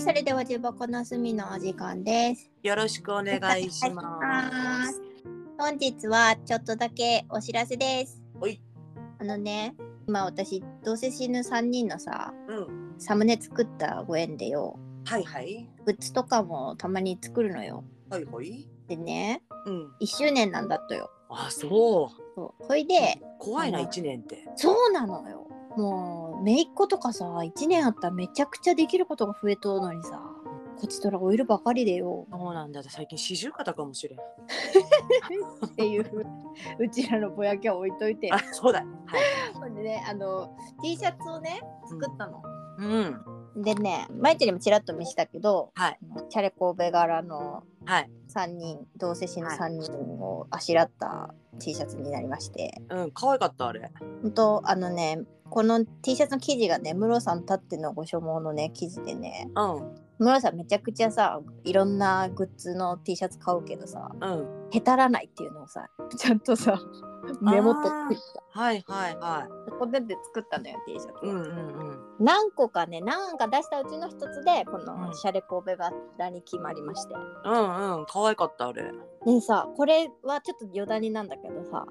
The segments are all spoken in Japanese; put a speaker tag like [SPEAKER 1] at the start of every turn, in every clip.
[SPEAKER 1] それでは重箱の隅のお時間です。
[SPEAKER 2] よろしくお願いしま
[SPEAKER 1] ますす。本日はちょっとだけお知らせです。
[SPEAKER 2] おい。
[SPEAKER 1] あのね、今私、どうせ死ぬ3人のさ、
[SPEAKER 2] うん。
[SPEAKER 1] サムネ作ったご縁でよ、
[SPEAKER 2] はいはい。
[SPEAKER 1] グッズとかもたまに作るのよ。
[SPEAKER 2] はいはい。
[SPEAKER 1] でね、
[SPEAKER 2] うん。
[SPEAKER 1] 1周年なんだとよ。
[SPEAKER 2] あ、そう。
[SPEAKER 1] そうほいで、
[SPEAKER 2] 怖いな、
[SPEAKER 1] うん
[SPEAKER 2] 一年って。
[SPEAKER 1] そうなのよ。もう、姪っ子とかさ、1年あったらめちゃくちゃできることが増えとうのにさ、こちとらオイルばかりでよ。
[SPEAKER 2] そうなんだ。最近四十肩かもしれん。
[SPEAKER 1] っていううちらのぼやきは置いといて
[SPEAKER 2] あ、そうだ。はい。
[SPEAKER 1] ほんでねあの T シャツをね作ったの、
[SPEAKER 2] うん。
[SPEAKER 1] でねまいちにもちらっと見せたけど、
[SPEAKER 2] はい
[SPEAKER 1] あのチャレコーベ柄の
[SPEAKER 2] はい。
[SPEAKER 1] 3人同世死の3人をあしらった T シャツになりまして
[SPEAKER 2] うん、可愛かった、あれ。
[SPEAKER 1] ほんとあのねこの T シャツの生地がねムロさんたってのご所望のね生地でね
[SPEAKER 2] うん。
[SPEAKER 1] ムロさんめちゃくちゃさいろんなグッズの T シャツ買うけどさ
[SPEAKER 2] うん。
[SPEAKER 1] へたらないっていうのをさちゃんとさメモって作った。
[SPEAKER 2] はいはいは
[SPEAKER 1] そこでで作ったのよ T シャ
[SPEAKER 2] い。
[SPEAKER 1] ツ、
[SPEAKER 2] うんうん
[SPEAKER 1] 何個かね何か出したうちの一つでこ
[SPEAKER 2] う
[SPEAKER 1] の
[SPEAKER 2] ん
[SPEAKER 1] シャレコベ柄に決まりまして、
[SPEAKER 2] うん。うんうん。可愛かった、あれ。
[SPEAKER 1] ねえさこれはちょっと余談になんだけどさ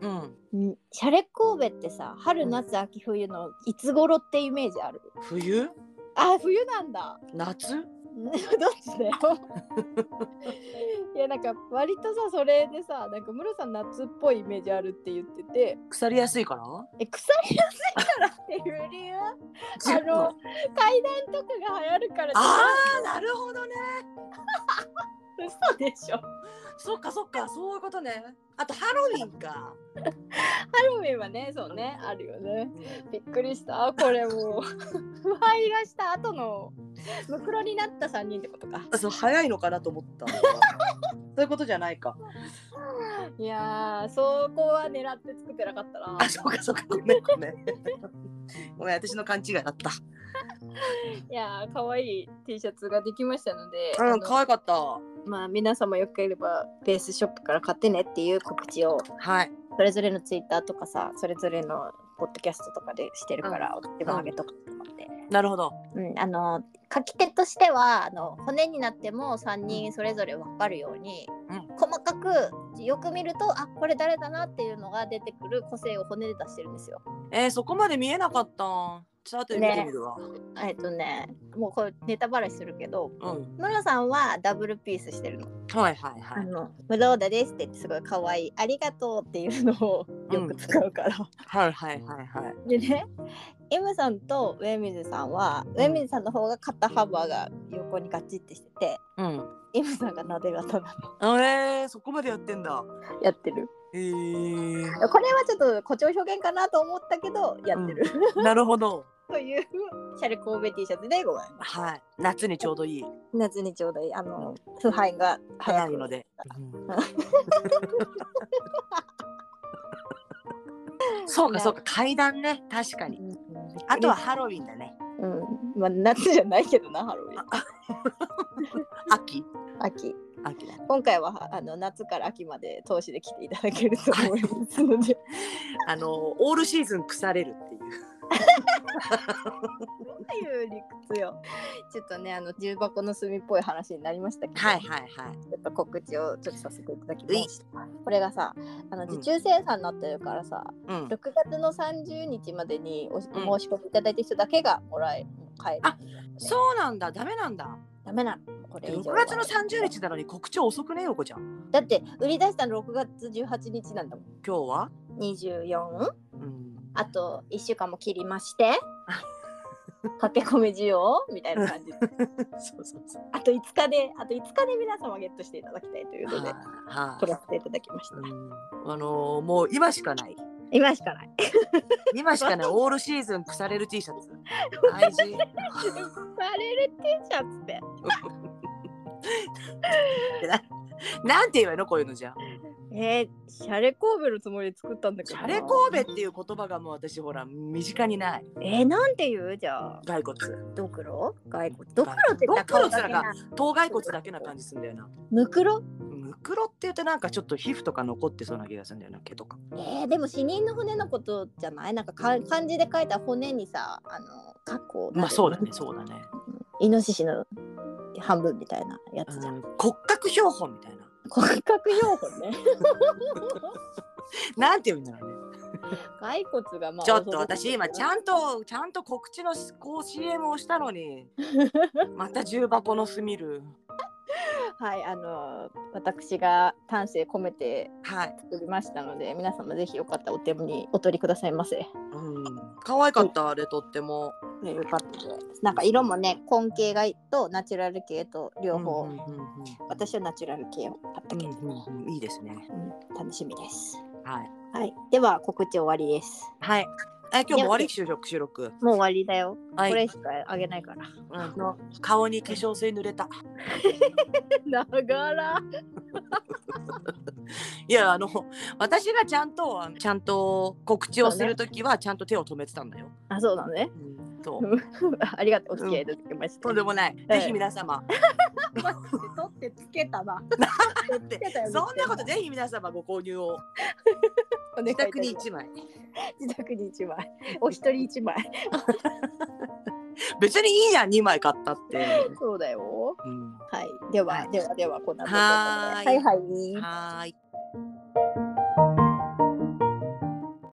[SPEAKER 2] うん。
[SPEAKER 1] んシャレコベってさ春夏秋冬のいつ頃ってイメージある
[SPEAKER 2] 冬
[SPEAKER 1] あ冬なんだ
[SPEAKER 2] 夏
[SPEAKER 1] どっちだよいやなんか割とさそれでさなんかムロさん夏っぽいイメージあるって言ってて
[SPEAKER 2] 腐りやすいから
[SPEAKER 1] え腐りやすいからっていう理 由あ
[SPEAKER 2] 違う
[SPEAKER 1] の階段とかが流行るからって
[SPEAKER 2] あー、なるほどね。
[SPEAKER 1] 嘘でしょ
[SPEAKER 2] そっかそっか、そういうことね。あと、ハロウィンか。
[SPEAKER 1] ハロウィンはね、そうね、あるよね。びっくりした。これ もう、不敗がした後の、ムクロになった3人ってことか。
[SPEAKER 2] あそう早いのかなと思った。そういうことじゃないか。
[SPEAKER 1] いやー、そこは狙って作ってなかったな。
[SPEAKER 2] あ、そうかそうか。ごめんごめん。 ごめん、私の勘違いだった。
[SPEAKER 1] いやー、可愛い T シャツができましたので、あ
[SPEAKER 2] う
[SPEAKER 1] の
[SPEAKER 2] ん、可愛かった。は
[SPEAKER 1] まあ、皆様よければ、ベースショップから買ってねっていう告知を、
[SPEAKER 2] い。
[SPEAKER 1] それぞれのツイッターとかさ、それぞれのポッドキャストとかでしてるから、お手間上げとかと思って。
[SPEAKER 2] なるほど。
[SPEAKER 1] うん、あの書き手としてはあの骨になっても3人それぞれ分かるように、
[SPEAKER 2] うん
[SPEAKER 1] 細かくよく見るとあこれ誰だなっていうのが出てくる個性を骨で出してるんですよ。
[SPEAKER 2] えー、そこまで見えなかった。ちょっと後で見てみるわ。
[SPEAKER 1] えっとねもうこれネタバレするけど
[SPEAKER 2] うん。
[SPEAKER 1] ノラさんはダブルピースしてるの。
[SPEAKER 2] はいはい
[SPEAKER 1] あ
[SPEAKER 2] はい。
[SPEAKER 1] の無駄だですって言ってすごい可愛いありがとうっていうのをよく使うから。
[SPEAKER 2] はいはいはいはい。
[SPEAKER 1] でね M さんと上水さんは上水さんの方が肩幅が横にガチってしてて
[SPEAKER 2] うん。
[SPEAKER 1] M さんがなで型な
[SPEAKER 2] あえー、そこまでやってんだ。
[SPEAKER 1] のやってる。
[SPEAKER 2] えー、
[SPEAKER 1] これはちょっと誇張表現かなと思ったけどやってる、
[SPEAKER 2] なるほど。
[SPEAKER 1] というシャレ神戸 T シャツでございま
[SPEAKER 2] はい。夏にちょうどいい。
[SPEAKER 1] す夏にちょうどいいあの腐敗が
[SPEAKER 2] 早いので。そうかそうか階段ね確かに。あとは、ハロウィンだね。
[SPEAKER 1] うんまあ、夏じゃないけどなハロウィン
[SPEAKER 2] 秋
[SPEAKER 1] 秋
[SPEAKER 2] 秋だ。
[SPEAKER 1] 今回はあの夏から秋まで通しで来ていただけると思いますの で
[SPEAKER 2] あのオールシーズン腐れるっていう。
[SPEAKER 1] どういう理屈よちょっとねあの重箱の隅っぽい話になりましたけど、
[SPEAKER 2] はいはいはい。
[SPEAKER 1] ちょっと告知をちょっとさせていただきましたこれがさあの受注生産になってるからさ、
[SPEAKER 2] うん。
[SPEAKER 1] 6月の30日までにおお申し込みいただいた人だけがもらえ買える
[SPEAKER 2] あそうなんだダメなんだ。
[SPEAKER 1] ダメなのこれ以
[SPEAKER 2] 6
[SPEAKER 1] 上は
[SPEAKER 2] 月の30日なのに告知遅くねよこちゃん。
[SPEAKER 1] だって売り出したの6月18日なんだもん
[SPEAKER 2] 今日は？
[SPEAKER 1] 24
[SPEAKER 2] うん。
[SPEAKER 1] あと1週間も切りまして駆け込み需要みたいな感じ
[SPEAKER 2] そうそうそう。
[SPEAKER 1] あと5日であと5日で皆様ゲットしていただきたいということで
[SPEAKER 2] は
[SPEAKER 1] こ
[SPEAKER 2] い
[SPEAKER 1] れ
[SPEAKER 2] は
[SPEAKER 1] させていただきました
[SPEAKER 2] い。うん。あのーもう今しかない。
[SPEAKER 1] 今しか ない
[SPEAKER 2] 今しか ないオールシーズン腐れる T シャツ。大事。
[SPEAKER 1] バレる T シャツで
[SPEAKER 2] ななんて言えばいいのこういうのじゃあ
[SPEAKER 1] えー、シャレ神戸のつもりで作ったんだけ
[SPEAKER 2] シ
[SPEAKER 1] どな
[SPEAKER 2] ャレ神戸っていう言葉がもう私ほら身近にない
[SPEAKER 1] えー、なんて言うじゃあ
[SPEAKER 2] 骸骨
[SPEAKER 1] ドクロ骸骨ドクロって言ったら顔
[SPEAKER 2] 骸骨
[SPEAKER 1] だけな
[SPEAKER 2] なんか頭骸骨だけな感じするんだよな
[SPEAKER 1] ムクロ
[SPEAKER 2] ムクロって言うとなんかちょっと皮膚とか残ってそうな気がするんだよな毛とか
[SPEAKER 1] えー、でも死人の骨のことじゃないなんかか漢字で書いた骨にさあの過去
[SPEAKER 2] まあそうだねそうだね
[SPEAKER 1] イノシシの半分みたいなや
[SPEAKER 2] う
[SPEAKER 1] つじゃん。
[SPEAKER 2] ん骨格標本みたいな。
[SPEAKER 1] 骨格標本ね。
[SPEAKER 2] なんて言うんだろうね。
[SPEAKER 1] 骸骨がまあ。
[SPEAKER 2] ちょっと私今ち
[SPEAKER 1] ん。
[SPEAKER 2] ゃんとちゃんと告知のこう CM をした のにまた重箱のスミル。
[SPEAKER 1] はい、あの私が丹精込めて
[SPEAKER 2] はい。
[SPEAKER 1] 作りましたので、皆様ぜひよかったらお手にお取りくださいませ。
[SPEAKER 2] うん。可愛かったあれとっても。
[SPEAKER 1] ね、よかったです。なんか色もね、根系がとナチュラル系と両方。
[SPEAKER 2] うんうんうんうん
[SPEAKER 1] 私はナチュラル系を買ったけど、
[SPEAKER 2] うんうんうんいいですね。
[SPEAKER 1] うん楽しみです。
[SPEAKER 2] はい。
[SPEAKER 1] はい、では告知終わりです。
[SPEAKER 2] はい。え今日も終わり収録収録。
[SPEAKER 1] もう終わりだよ。
[SPEAKER 2] は
[SPEAKER 1] これ
[SPEAKER 2] い。
[SPEAKER 1] しかあげない から。
[SPEAKER 2] うん
[SPEAKER 1] の
[SPEAKER 2] 顔に化粧水塗れた。
[SPEAKER 1] ながら。
[SPEAKER 2] いやあの私がちゃんとあのちゃんと告知をするときはちゃんと手を止めてたんだよ。
[SPEAKER 1] あ、そうなのね。
[SPEAKER 2] そううん
[SPEAKER 1] ありがとう、お付き合いいただきました。
[SPEAKER 2] とんでもない。
[SPEAKER 1] はい
[SPEAKER 2] ぜひ 皆様。
[SPEAKER 1] 待って取ってつけたな。
[SPEAKER 2] だって
[SPEAKER 1] けたよ
[SPEAKER 2] そんなことぜひ皆様ご購入を。
[SPEAKER 1] お願い
[SPEAKER 2] 自
[SPEAKER 1] いたしま
[SPEAKER 2] 宅
[SPEAKER 1] す
[SPEAKER 2] に一枚。
[SPEAKER 1] 自宅に一枚。お一人一枚。
[SPEAKER 2] 別にいいやん二枚買ったって。
[SPEAKER 1] そうだよ。
[SPEAKER 2] うん
[SPEAKER 1] はい。では、
[SPEAKER 2] はい
[SPEAKER 1] ではではこんなところで。
[SPEAKER 2] はーい
[SPEAKER 1] はいはい。
[SPEAKER 2] はーい。